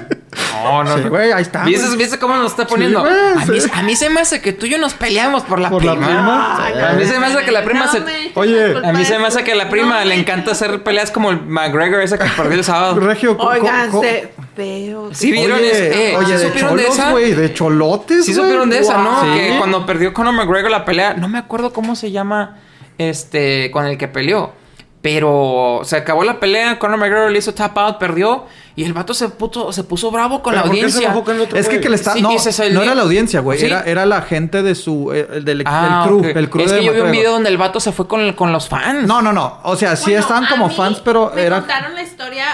No, no,
Sí,
no.
güey, ahí está. güey.
¿Viste, viste cómo nos está poniendo?
güey,
a, mí,
sí.
a mí se me hace que tú y yo nos peleamos por la
Por la
prima.
prima.
A mí se me hace que la prima
No
se-
me eches
Oye,
la culpa
A mí se
de
me hace
su-
que la prima
No,
le
me-
encanta hacer peleas como el McGregor ese que perdió el
*laughs*
sábado.
Regio, co- co-
Oigan,
co-
se. Pero.
ah. Sí, vieron
oye,
eso? Eh,
oye,
¿sí
de
supieron de
cholos,
esa?
güey, de cholotes,
Sí
güey.
supieron de esa, ¿no?
Guau.
Que
Sí.
cuando perdió Conor McGregor la pelea, no me acuerdo cómo se llama este con el que peleó. Pero se acabó la pelea, Conor McGregor le hizo tap out, perdió. Y el vato se, puto, se puso bravo con la
¿Pero por qué se
audiencia.
enojó con el otro
Es que,
güey?
que le está,
Sí,
no,
ese es el
no
día.
era la audiencia, güey.
Sí.
Era, era la gente de su. eh, El, del,
Ah,
el crew.
ok.
El crew
es
de
que yo vi un
McGregor.
video donde el vato se fue con, con los fans.
No, no, no. O sea, sí
Bueno,
estaban
a
como
mí
fans, pero
me
era.
contaron la historia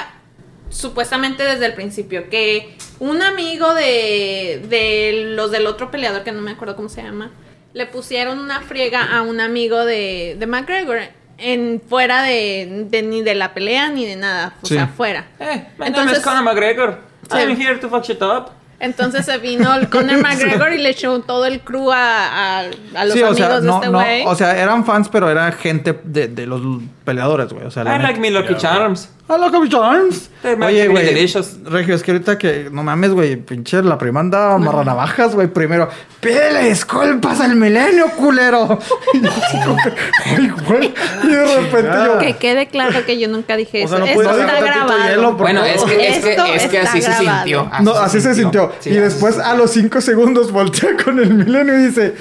supuestamente desde el principio que un amigo de, de los del otro peleador que no me acuerdo cómo se llama le pusieron una friega a un amigo de, de McGregor en fuera de, de- ni de la pelea ni de nada, o
Sí.
sea, fuera.
Eh, my name is
Entonces-
Conor McGregor.
Sí.
I'm here to fuck shit up.
Entonces se vino
*laughs*
el Conor McGregor y le echó todo el crew a, a, a los
Sí,
amigos
o sea,
de
no,
este
no.
güey.
O sea, eran fans, pero era gente de, de los peleadores, güey. O sea, la
I like
neta.
me Lucky Charms.
¡Ah, loco, mis charms!
They're
Oye,
really
güey.
delicious.
Regio, es que ahorita que. No mames, güey. Pinche la prima anda marranavajas, güey. Primero, pídele disculpas al milenio,
*laughs*
culero. Y yo así como que, Ay, güey. Y de repente yo.
Que quede claro que yo nunca dije
Ah.
eso.
O sea, no
Esto
puedes
está
dejar tantito
grabado.
hielo, por
Bueno,
favor.
es que, es que,
Esto
es que
está
así se
grabado.
sintió.
No,
"Ah, Así se sintió.
Ah, Sí,
y
así
después
se
a los 5 segundos voltea con el milenio y dice,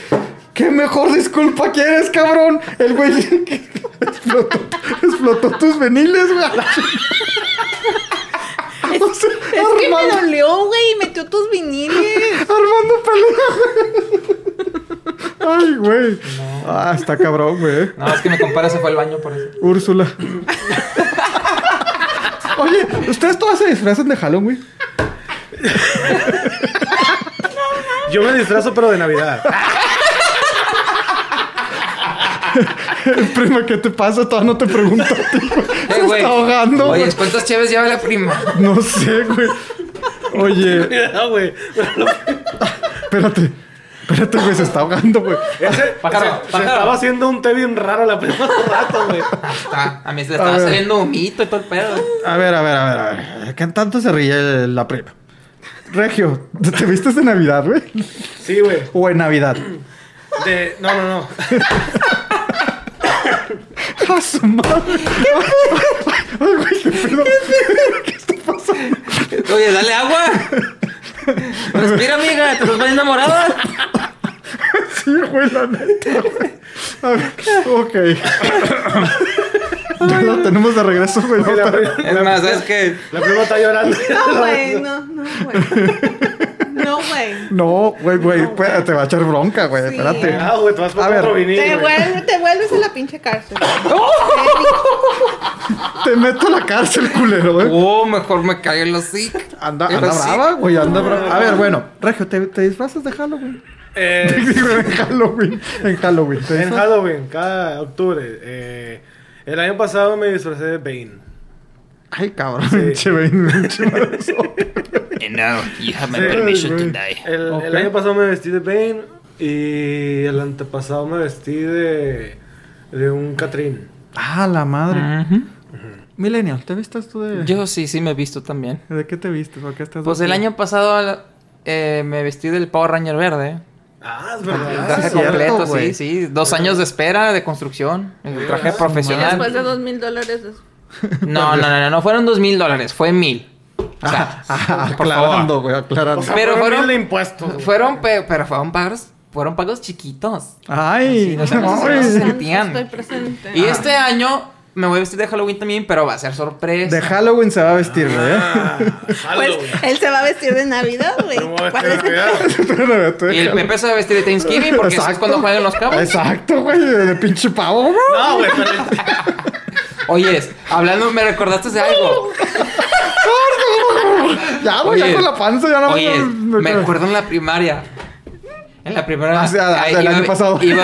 ¿qué mejor disculpa quieres, cabrón? El güey que explotó, explotó tus veniles, güey. *laughs* O sea,
Es que me
Armando,
dolió, güey, y metió tus viniles.
Armando pelea. Ay, güey.
Ah, está cabrón, güey.
No, es que mi compadre se fue al baño por eso.
eh. *laughs* Úrsula.
Oye, ¿ustedes todas se disfrazan de Halloween, güey?
Yo me disfrazo, pero de Navidad.
*laughs* Prima, ¿qué te pasa? Todavía no te pregunto. a ti, güey.
Eh, güey.
está ahogando,
Oye,
güey.
¿cuántas chaves lleva la prima?
No sé, güey. Oye,
Cuidado, güey.
espérate. Espérate, güey, se está ahogando, güey.
Ese-
*laughs* Pájaro,
se, se
pájaro.
estaba haciendo un té bien raro la prima hace rato, güey.
Está- a mí se le estaba
ver.
saliendo humito y todo el pedo.
A ver, a ver, a ver, a ver. ¿Qué tanto se ríe la prima?
Regio, ¿te- ¿te vistes de Navidad, güey?
Sí, güey.
O en Navidad.
De... No, no, no.
*laughs* ¡A su madre! ¡Ay, güey, qué pedo!
Oye, dale
*laughs*
agua. Respira, amiga, te estás poniendo enamorada.
Sí, güey, la neta, güey. A ver,
*laughs*
ok. Ya lo tenemos de regreso, güey. no,
Y *laughs* La,
pero-
pri-
Es más, ¿sabes
*laughs*
qué?
la prima está llorando. *laughs*
No, güey, no, no, güey. No, güey.
No, güey, güey, espérate, te va a echar bronca, güey,
Sí.
espérate.
Ah, güey, te vas por
A ver.
otro vinil,
Te,
güey.
vuel- te vuelves a la pinche
*laughs*
cárcel.
Te meto a la cárcel, culero, güey.
Oh, mejor me cae el hocico.
Anda,
Pero
anda
sí.
brava, güey, anda brava.
A ver, bueno, Regio, ¿te, te disfrazas de Halloween?
Eh,
Digo, en Halloween, en Halloween. te
en
dices-
Halloween, cada octubre. eh, el año pasado me disfracé de Bane.
Ay, cabrón, pinche vein, pinche
And now Eh, you have my
Sí,
permission to güey.
die.
El, el
Ok.
año pasado me vestí de Bane y el antepasado me vestí de, de un Catrín.
Ah, la madre. Millennial, ¿te vistas tú de.?
Yo sí, sí me he visto también.
¿De qué te vistes? ¿O qué estás
Pues el año pasado eh, me vestí del Power Ranger verde.
Ah, es
El
verdad.
traje
sí, cierto,
completo,
güey.
sí, sí. Dos años de espera, de construcción. El traje
Y después de
profesional.
dos mil dólares. es-
No, no, no, no, no fueron dos mil dólares, fue mil. O sea,
Ah, aclarando, güey, aclarando.
O sea,
Pero
fueron
fueron-
mil de impuestos. güey.
fueron, pe- pero fueron pagos, fueron pagos chiquitos.
Ay,
no sé cómo se
ay.
llama.
Santo,
sentían.
Estoy presente.
Y este año me voy a vestir de Halloween también, pero va a ser sorpresa.
De Halloween se va a vestir, güey.
Ah,
Pues
Halloween.
él se va a vestir de Navidad, güey.
No me voy a
¿Cuál
vestir de
es el-
Navidad.
y el Pepe se va a vestir de Thanksgiving porque eso es
Exacto.
cuando juegan los cabos.
Exacto, güey, de pinche pavo, güey.
No, güey, pero
Oye, hablando, me recordaste de algo.
Ya, güey, ya
Oye.
con la panza, ya Ah, no
Oye,
me-
me
*laughs*
acuerdo en la primaria. En la primera.
Ah, sí, ah,
ahí
del
iba-
año pasado. *laughs*
iba-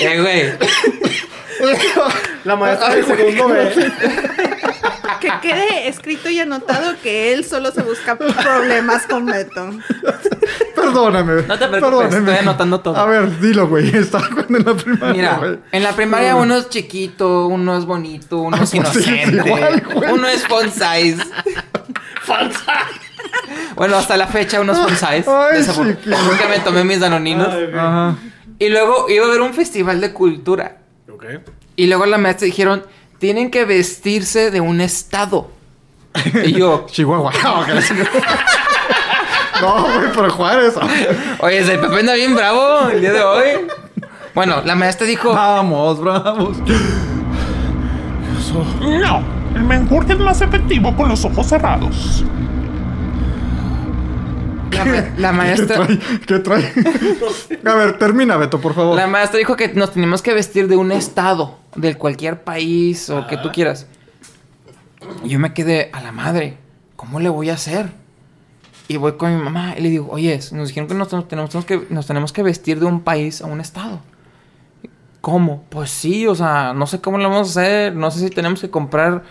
Eh, güey.
la maestra de este segundo *laughs* B.
Que quede escrito y anotado que él solo se busca problemas con Beto.
Perdóname.
No te preocupes,
perdóname.
estoy anotando todo.
A ver, dilo, güey. *laughs* Estaba cuando en la primaria.
Mira,
güey.
en la primaria uno es chiquito, uno es bonito, uno es
Ah, pues sí, sí,
inocente,
igual, güey.
uno es font size. Bueno, hasta la fecha uno es font size.
Ay,
Desafo-
chiquillo.
Nunca me tomé mis danoninos.
Ay, güey.
Ajá.
Y luego iba a haber un festival de cultura.
Ok.
Y luego la maestra dijeron, tienen que vestirse de un estado. Y yo,
Chihuahua. *laughs* Ah, ok. No, güey, pero Juárez.
oye, el papel anda bien bravo el día de hoy. Bueno, la maestra dijo.
Vamos, vamos.
No, el menjurje es más efectivo con los ojos cerrados.
La, ma- la maestra. *laughs*
¿Qué trae? A ver, termina, Beto, por favor.
La maestra dijo que nos teníamos que vestir de un estado, de cualquier país o que
Ah.
tú quieras. Y yo me quedé a la madre, ¿cómo le voy a hacer? Y voy con mi mamá y le digo, oye, nos dijeron que nos ten- tenemos, tenemos que nos tenemos que vestir de un país a un estado. ¿Cómo? Pues sí, o sea, no sé cómo lo vamos a hacer, no sé si tenemos que comprar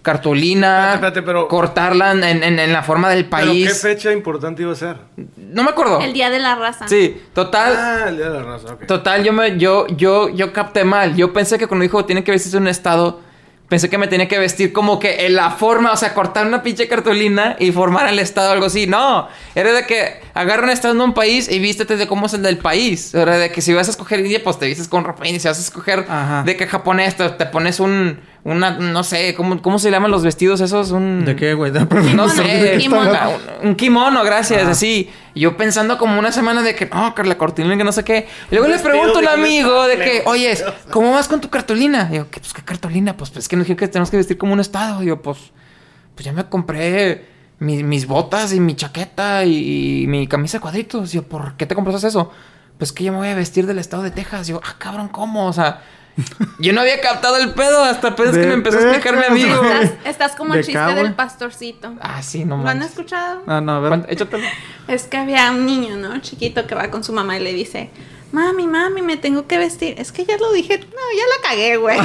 cartolina,
Espérate, espérate, pero-
cortarla en, en- en la forma del
¿Pero qué
país.
fecha importante iba a ser?
No me acuerdo.
El día de la raza.
Sí, total.
Ah, el día de la raza, ok.
Total, yo me, yo, yo, yo capté mal. Yo pensé que cuando dijo tiene que vestirse en un estado, pensé que me tenía que vestir como que en la forma, o sea, cortar una pinche cartulina y formar el estado o algo así. No, era de que agarra un estado en un país y vístete de cómo es el del país. Era de que si vas a escoger India, pues te vistes con ropa india. Si vas a escoger
Ajá.
de que japonés, te, te pones un, una, no sé, ¿cómo, cómo se llaman los vestidos esos? Un,
¿De qué, güey? *laughs*
no
Kimono,
sé,
un kimono.
un, un kimono, gracias, así. Yo pensando como una semana de que, no, Carla, cartulina, que no sé qué. Y luego le pregunto al amigo de que, oye, ¿cómo vas con tu cartulina? Y yo, ¿qué, pues, qué cartulina? Pues, pues, es que nos dijeron que tenemos que vestir como un estado. Y yo, pues, pues ya me compré mi- mis botas y mi chaqueta y, y mi camisa de cuadritos. Y yo, ¿por qué te compraste eso? Pues que yo me voy a vestir del estado de Texas. Y yo, ah, cabrón, ¿cómo? O sea, yo no había captado el pedo hasta apenas que
De
me empezó a explicar mi
Texas.
amigo.
Estás, estás como el
*laughs* De
chiste
cowboy.
del pastorcito.
Ah, sí, no
¿Lo han
mames.
escuchado?
Ah, no, a ver.
¿Cuánto? Échatelo.
Es que había un niño, ¿no? Chiquito que va con su mamá y le dice, mami, mami, me tengo que vestir. Es que ya lo dije, no, ya la cagué, güey.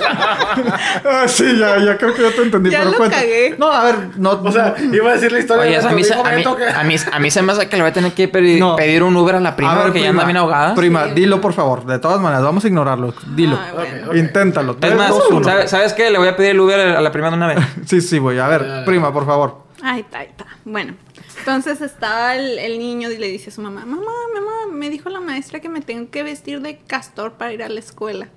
Ah, sí, ya, ya creo que ya te entendí.
Ya
pero
lo
cuenta.
cagué.
No, a ver, no.
O sea, iba a decir la historia
Oye,
de
a mí, se, a, mí, a, mí, a mí se me hace que le voy a tener que pedi-
No.
pedir un Uber a la prima
a ver,
porque ya anda bien ahogada.
Prima,
Sí.
dilo, por favor. De todas maneras, vamos a ignorarlo. *laughs* Dilo.
Ay, Ah, bueno.
Ok, ok.
Inténtalo.
Es
Tres,
más,
dos, uno.
¿sabes, ¿sabes qué? Le voy a pedir el Uber a la prima de una vez.
*laughs* Sí, sí, voy. A ver, prima, por favor.
Ahí está, ahí está. Bueno, entonces estaba el, el niño y le dice a su mamá, mamá, mamá, me dijo la maestra que me tengo que vestir de castor para ir a la escuela.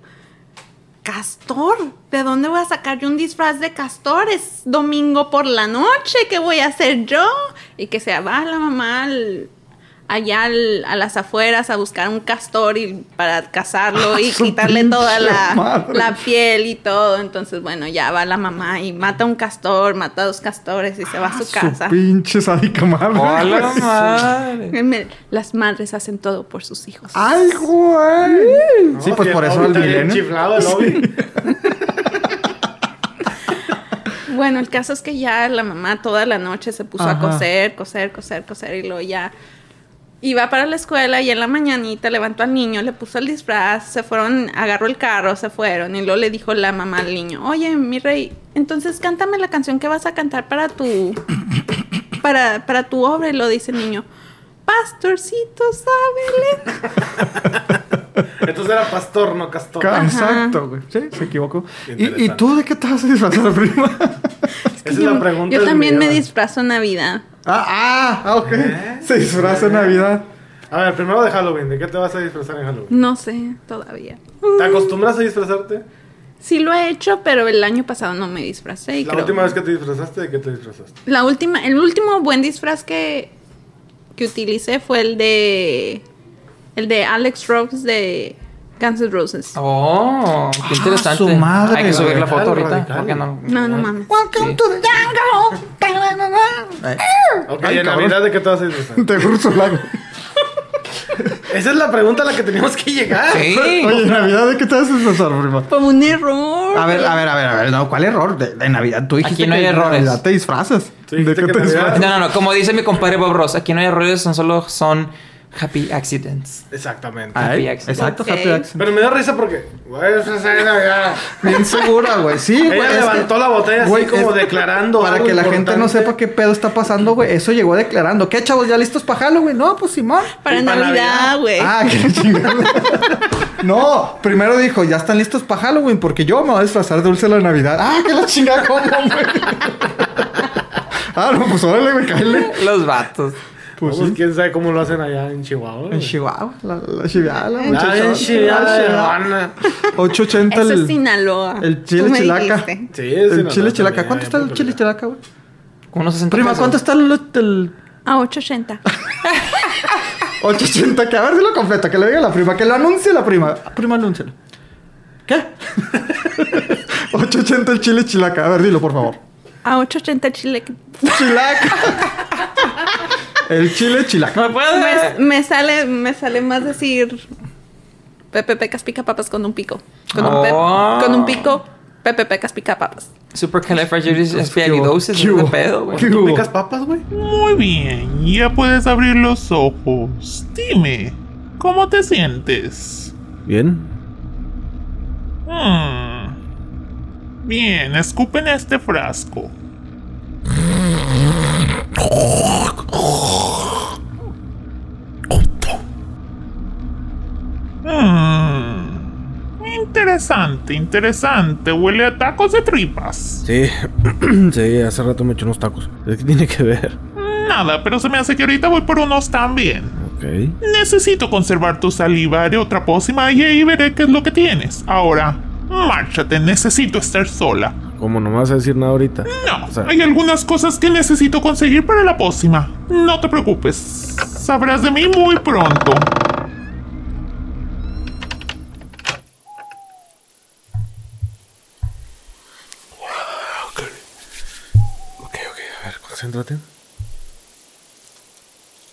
¿Castor? ¿De dónde voy a sacar yo un disfraz de castor? Es domingo por la noche, ¿qué voy a hacer yo? Y que se va la mamá al- allá al- a las afueras a buscar un castor y, para cazarlo y
*laughs* Su
quitarle toda
pinche
la,
madre.
la piel y todo. Entonces, bueno, ya va la mamá y mata un castor, mata dos castores y se va a su casa.
pinche sádica madre.
¡Hola,
*laughs*
madre!
Me- Las madres hacen todo por sus hijos.
¡Ay, güey! Sí, pues por eso el
milenio.
milenio.
chiflado el lobby.
Bueno, el caso es que ya la mamá toda la noche se puso
Ajá.
a coser, coser, coser, coser y luego ya iba para la escuela y en la mañanita levantó al niño, le puso el disfraz, se fueron, agarró el carro, se fueron y luego le dijo la mamá al niño, oye, mi rey, entonces cántame la canción que vas a cantar para tu, para, para tu obra y lo dice el niño. Pastorcito,
*laughs*
sábele.
Entonces era pastor, no castor.
Ca- Exacto, güey. Sí, se equivocó. ¿Y, ¿Y
Interesante.
tú de qué te vas a disfrazar, *laughs* prima?
Esa es la pregunta.
Yo
del
también me
millón.
disfrazo en Navidad.
ah, ah, ah, ok.
¿Eh?
Se disfraza en Navidad.
A ver, primero de Halloween. ¿De qué te vas a disfrazar en Halloween?
No sé todavía.
¿Te acostumbras a disfrazarte?
Sí lo he hecho, pero el año pasado no me disfracé. Y
La
creo-
última vez que te disfrazaste, ¿de qué te disfrazaste?
La última, el último buen disfraz que, que utilicé fue el de el de Alex Rose de Guns N' Roses.
Ah,
¡Oh! ¡Qué interesante!
su madre,
Hay que subir la
radical,
foto ahorita.
radical.
porque no?
No, no mames.
Welcome to
Eh,
Ok,
Ay,
¿y en
cabrón.
Navidad de qué te vas a disfrazar?
De Úrsula, güey.
Esa es la pregunta a la que teníamos que llegar.
Sí.
*laughs* Oye, ¿en Navidad de qué te vas a disfrazar, prima?
Fue un error.
A ver, a ver, a ver, a ver. No, ¿cuál error? De, de Navidad. Tú dijiste
Aquí no hay
que de
errores.
Navidad te disfrazas.
Tú
¿De
dijiste
qué
que
te
Navidad-
disfrazas?
No, no, no. Como dice mi compadre Bob Ross, aquí no hay errores, son solo son happy
*laughs*
accidents.
Exactamente.
Happy
Ay,
Accident.
Exacto,
Ok.
Happy Accident.
Pero me da risa porque. Voy a disfrazar en Navidad.
Bien segura, güey. Sí, güey.
Ella
es
levantó
que-
la botella así
güey,
como
es-
declarando.
Para
algo
que la gente no
importante.
sepa qué pedo está pasando, güey. Eso llegó declarando. ¿Qué, chavos? ¿Ya listos para Halloween? No, pues Simón.
para
para
Navidad, *laughs*
Navidad.
güey.
Ah, qué chingada. No, primero dijo, ya están listos para Halloween porque yo me voy a disfrazar de dulce de la Navidad. Ah, que la chingada, ¿cómo, güey? Ah, no, pues órale, güey, cállale.
Los vatos.
Pues
Vamos,
sí.
quién sabe cómo lo hacen allá en Chihuahua.
En
güey.
Chihuahua, la, la chiviala, la
Ah,
muchachona.
en Chihuahua,
Chihuahua.
Ana.
880
Eso es
el,
Sinaloa.
el
Tú
chile
me
chilaca.
dijiste.
Sí, es
El
Sinaloa
chile chilaca.
también,
¿Cuánto
hay
está el
mucho
chile
que ver.
chilaca, güey?
Unos 60
Prima,
pesos.
¿cuánto está el, el
A 880.
880, que a ver si lo completa, que le diga la prima, que lo anuncie la prima. Prima, anúncialo. *laughs* ¿Qué? 880 el chile chilaca. A ver, dilo, por favor.
A 880 chile.
*laughs* Chilaca. El chile chilaca.
¿Me puedes?
Ah.
Me, me sale, me sale más decir Pepe Pecas pica papas con un pico. Con, un, pe-
Ah.
Oh.
con un pico, Pepe Pecas pica papas.
Supercalifragilisticexpialidocious,
¿Qué
es
hubo?
un pedo, güey.
¿Qué
¿Tú
hubo?
picas papas, güey?
Muy bien, ya puedes abrir los ojos. Dime, ¿cómo te sientes?
Bien.
Hmm. Bien, escupe en este frasco. Hmm. Interesante, interesante. Huele a tacos de tripas.
Sí. *clears throat* sí, hace rato me eché unos tacos. ¿Qué tiene que ver?
Nada, pero se me hace que ahorita voy por unos también.
Ok.
Necesito conservar tu saliva, haré otra pócima y ahí veré qué es lo que tienes. Ahora, márchate, necesito estar sola.
Como no me vas a decir nada ahorita.
No,
O sea-
hay algunas cosas que necesito conseguir para la pócima. No te preocupes, sabrás de mí muy pronto.
Ok, ok, a ver, concéntrate.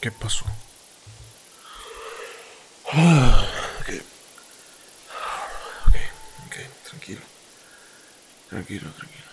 ¿Qué pasó? Ah, ok. Ok, ok, tranquilo. Tranquilo, tranquilo.